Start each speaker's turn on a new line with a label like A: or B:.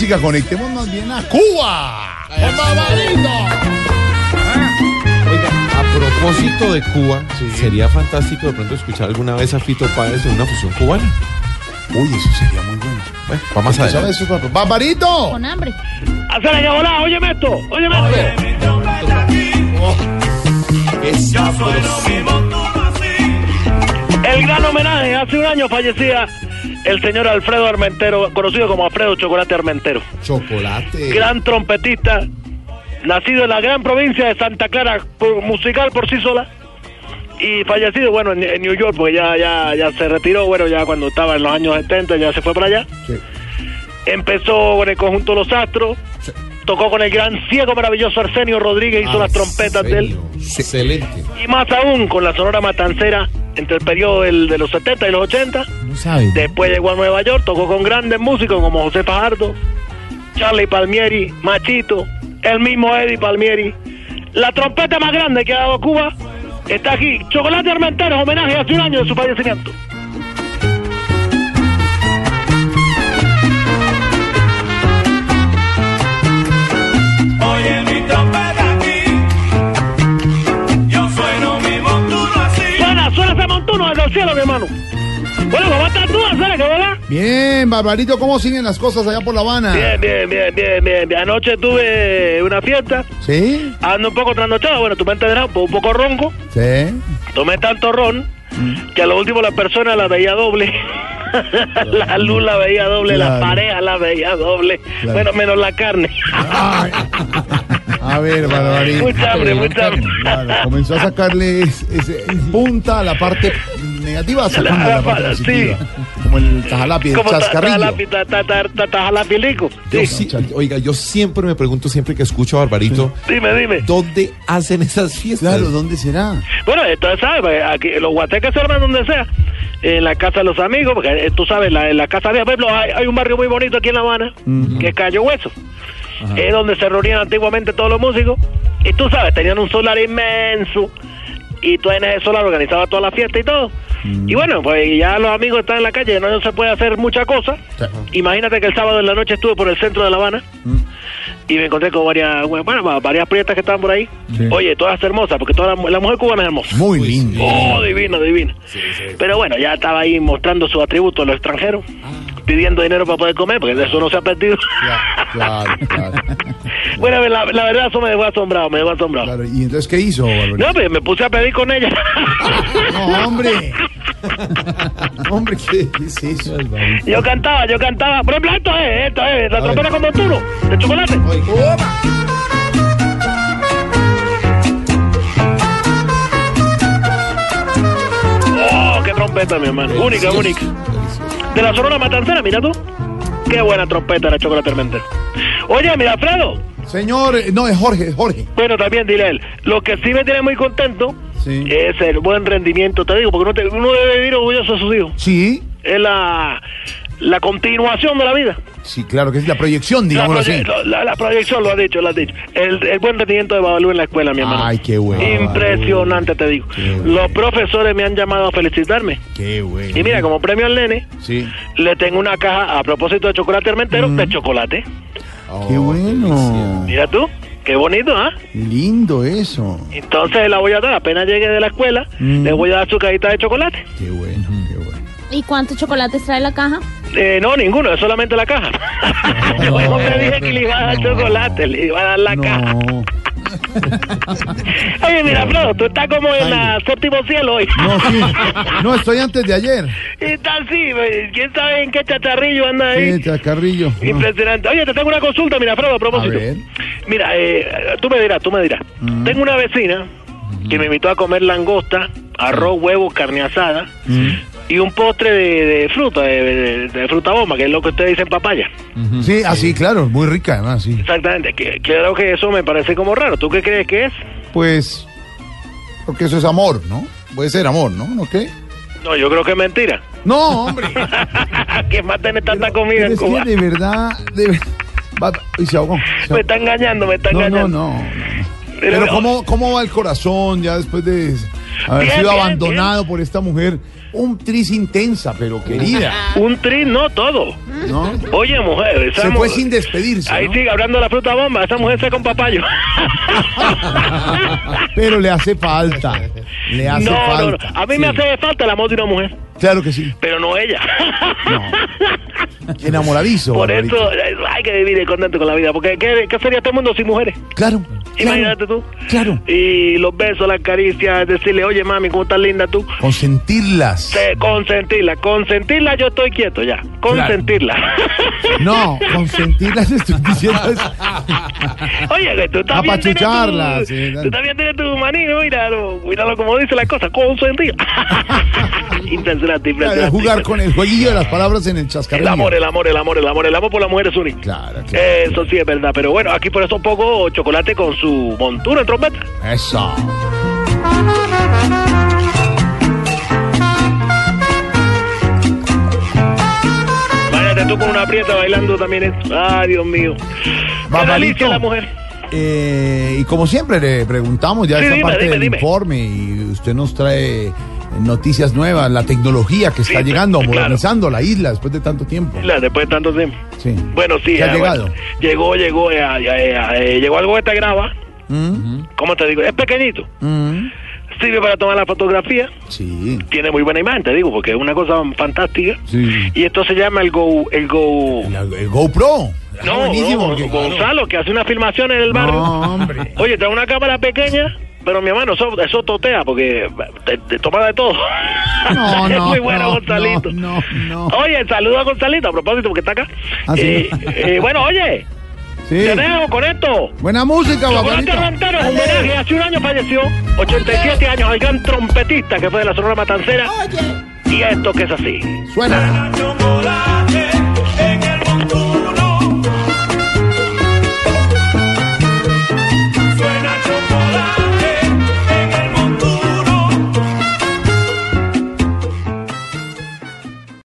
A: Chica, conectémonos bien a Cuba. ¡Con Barbarito!
B: A propósito de Cuba, sería fantástico de pronto escuchar alguna vez a Fito Páez en una fusión cubana.
A: Uy, eso sería muy bueno.
B: Bueno, vamos a
A: ¿Tú
B: ver.
A: sabes eso, Barbarito? ¡Barbarito!
C: con hambre.
D: Hacele que volá, óyeme esto, óyeme esto. El gran homenaje, hace un año fallecía el señor Alfredo Armentero, conocido como Alfredo Chocolate Armentero.
A: Chocolate.
D: Gran trompetista, nacido en la gran provincia de Santa Clara, por- musical por sí sola. Y fallecido, bueno, en, en New York, porque ya, ya, ya se retiró, bueno, ya cuando estaba en los años 70, ya se fue para allá.
A: Sí.
D: Empezó con el conjunto Los Astros,
A: Sí. Ah,
D: tocó con el gran ciego maravilloso Arsenio Rodríguez, hizo las trompetas de él.
B: Excelente.
D: Y más aún con la Sonora Matancera entre el periodo del- de los 70 y los 80.
A: No sabes.
D: Después llegó a Nueva York, tocó con grandes músicos como José Fajardo, Charlie Palmieri, Machito, el mismo Eddie Palmieri. La trompeta más grande que ha dado Cuba está aquí. Chocolate Armenteros, homenaje hace un año de su fallecimiento.
E: Oye mi trompeta aquí, yo sueno mi montuno así.
D: Suena, suena ese montuno desde el cielo, mi hermano. Bueno, ¿cómo estás tú, Acera, que verdad?
A: Bien, Barbarito, ¿cómo siguen las cosas allá por La Habana?
D: Bien, bien, bien, bien, bien, bien. Anoche tuve una fiesta,
A: ¿Sí?
D: ando un poco trasnochado, bueno, tú me entenderás, un poco ronco.
A: Sí.
D: Tomé tanto ron
A: Mm.
D: que a lo último la persona la veía doble. la luz la veía doble,
A: Claro.
D: la pareja la veía doble.
A: Claro.
D: Bueno, menos la carne.
A: Ay. A ver, Barbarito.
D: Mucha hambre, mucha hambre.
A: Claro, comenzó a sacarle es- ese- punta a la parte negativa, sacando la,
D: La-
A: parte
D: sí.
A: positiva. Como el tajalapi, el
D: Como ta-
A: chascarrillo.
D: tajalapi- ta- ta- ta- ta- tajalapilico.
B: Yo
D: Sí.
B: sí- oiga, yo siempre me pregunto, siempre que escucho a Barbarito,
D: Dime, dime.
B: ¿dónde hacen esas fiestas?
A: Claro, ¿dónde será?
D: Bueno, esto sabes, Porque aquí los guatecas se arman donde sea. En la casa de los amigos, porque eh, tú sabes, la, en la casa de, por ejemplo, hay, hay un barrio muy bonito aquí en La Habana, que es Cayo Hueso. Es donde se reunían antiguamente todos los músicos. Y tú sabes, tenían un solar inmenso. Y tú en ese solar organizaba toda la fiesta y todo. Y bueno, pues ya los amigos están en la calle, no se puede hacer mucha cosa. Imagínate que el sábado en la noche estuve por el centro de La Habana y me encontré con varias, bueno, va- varias prietas que estaban por ahí. Oye, todas hermosas, porque toda la, la mujer cubana es hermosa.
A: Muy lindo.
D: Oh, divino, divino. Pero bueno, ya estaba ahí mostrando sus atributos a los extranjeros, pidiendo dinero para poder comer, porque de eso no se ha perdido.
A: Ah. Claro, claro.
D: bueno, la, la verdad eso me dejó asombrado, me dejó asombrado.
A: Claro, ¿y entonces qué hizo, Barbarito?
D: No, pues me puse a pedir con ella.
A: No, hombre. hombre, ¿qué es eso?
D: yo cantaba, yo cantaba. Por ejemplo, esto es, esto es, la trompeta con Monturo, de chocolate. Oh, qué trompeta, mi hermano. Única, única. De la Sonora Matancera, mira tú. Qué buena trompeta la chocolate Armentero. Oye, mira, Alfredo.
A: Señor, eh, no, es Jorge, es Jorge.
D: Bueno, también dile a él. Lo que sí me tiene muy contento
A: Sí.
D: es el buen rendimiento, te digo, porque uno, te- uno debe vivir orgulloso de sus hijos.
A: Sí,
D: Es la, la continuación de la vida.
A: sí, claro que es la proyección,
D: La,
A: digámoslo
D: proye-
A: así.
D: la- la- la proyección lo ha dicho, lo has dicho. El, el buen rendimiento de Babalú en la escuela, mi hermano.
A: Ay, qué bueno.
D: Impresionante, te digo.
A: Qué bueno.
D: Los profesores me han llamado a felicitarme.
A: Qué bueno.
D: Y mira, como premio al nene,
A: Sí.
D: le tengo una caja a propósito de chocolate hermentero
A: Mm.
D: de chocolate.
A: Qué bueno.
D: Mira tú, qué bonito, ¿ah?
A: Lindo eso.
D: Entonces la voy a dar, apenas llegue de la escuela,
A: Mm.
D: le voy a dar su cajita de chocolate.
A: Qué bueno, qué bueno.
C: ¿Y cuántos chocolates trae la caja?
D: Eh, no, ninguno, es solamente la caja. Yo te dije que le iba a dar chocolate, le iba a dar la caja.
A: No,
D: Oye, mira, Frodo, tú estás como en la séptimo cielo hoy.
A: no, sí. No, estoy antes de ayer.
D: Está así, eh, quién sabe en qué chacharrillo anda ahí.
A: Sí, Chacarrillo. No.
D: Impresionante. Oye, te tengo una consulta, mira, Frodo, a propósito.
A: A ver. Mm.
D: Mira, eh, tú me dirás, tú me dirás. Tengo una vecina que me invitó a comer langosta, arroz, huevo, carne asada
A: Mm.
D: y un postre de, de fruta, de, de- de fruta bomba, que es lo que ustedes dicen papaya.
A: Sí, así, claro, muy rica además, sí.
D: Exactamente, que, claro que eso me parece como raro. ¿Tú qué crees que es?
A: Pues, porque eso es amor, ¿no? Puede ser amor, ¿no? ¿No qué?
D: No, yo creo que es mentira.
A: No, hombre.
D: que más tener tanta
A: Pero
D: comida en
A: es que
D: Cuba.
A: de verdad, de verdad. va- Y se ahogó. se
D: Me
A: ahogó.
D: está engañando, me está
A: No, no,
D: engañando.
A: no. no. Pero, ¿cómo, ¿cómo va el corazón ya después de haber
D: Bien,
A: sido
D: bien,
A: abandonado por esta mujer, un tris intensa, pero querida,
D: Un tris, no todo.
A: ¿no?
D: Oye, mujer, esa
A: Se fue
D: mujer-
A: sin despedirse.
D: Ahí
A: ¿no?
D: sigue hablando de la fruta bomba. Esa mujer saca un papayo.
A: Pero le hace falta. Le hace
D: no, no, no.
A: falta.
D: A mí me
A: Sí,
D: hace falta el amor de una mujer,
A: Claro que sí.
D: pero no ella.
A: Enamoradizo.
D: Por
A: Barbarita.
D: eso eh, hay que vivir contento con la vida. Porque ¿qué, qué sería este mundo sin mujeres?
A: Claro. claro,
D: Imagínate tú.
A: Claro.
D: Y los besos, las caricias, decirle, oye mami, ¿cómo estás linda tú?
A: Consentirlas.
D: Se- consentirla, consentirla, yo estoy quieto ya. Consentirla.
A: No, consentirlas estoy diciendo es-
D: Oye, que tú estás bien. tienes tu-
A: Apachucharla, sí, dale.
D: Tú también tienes tu manino, míralo. Míralo como dice la cosa, consentir. impresionante,
A: claro,
D: impresionante.
A: jugar con el jueguillo de las palabras en el chascarrillo.
D: El amor, el amor, el amor, el amor, el amor por la mujer es único.
A: Claro, claro.
D: Eso sí es verdad, pero bueno, aquí por eso un poco chocolate con su montura en trompeta.
A: Eso.
D: Imagínate tú con una prieta bailando también. ¿eh? Ay, Dios mío. Qué
A: Barbarito.
D: delicia la mujer.
A: Eh, y como siempre le preguntamos ya
D: Sí,
A: esta
D: dime,
A: parte
D: dime,
A: del
D: dime.
A: informe y usted nos trae noticias nuevas, la tecnología que está
D: Sí,
A: llegando,
D: claro.
A: modernizando la isla después de tanto tiempo.
D: La- Después de tanto tiempo.
A: Sí.
D: Bueno, sí.
A: ¿Qué ha
D: eh,
A: llegado?
D: bueno, llegó, llegó, eh, eh, eh, llegó algo que te graba.
A: Mm,
D: ¿Cómo te digo? Es pequeñito.
A: mm,
D: Sirve para tomar la fotografía.
A: Sí.
D: Tiene muy buena imagen, te digo, porque es una cosa fantástica.
A: Sí.
D: Y esto se llama el Go... El go...
A: La- el GoPro. Está
D: No,
A: buenísimo.
D: no,
A: porque-
D: Gonzalo, que hace una filmación en el barrio.
A: No, hombre.
D: Oye, trae una cámara pequeña, pero mi hermano, eso, eso totea, porque te, te toma de todo.
A: No,
D: es
A: no,
D: muy bueno,
A: no,
D: Gonzalito.
A: no, no, no.
D: Oye, saludo a Gonzalito, a propósito, porque está acá.
A: Ah, sí.
D: Eh, eh, bueno, oye,
A: Sí.
D: te dejo con esto.
A: Buena música,
D: Chocolate
A: Barbarita.
D: Rentero, un homenaje, hace un año falleció, 87 años, al gran trompetista que fue de la Sonora Matancera. Y esto que es así.
A: Suena.
E: Chocolate.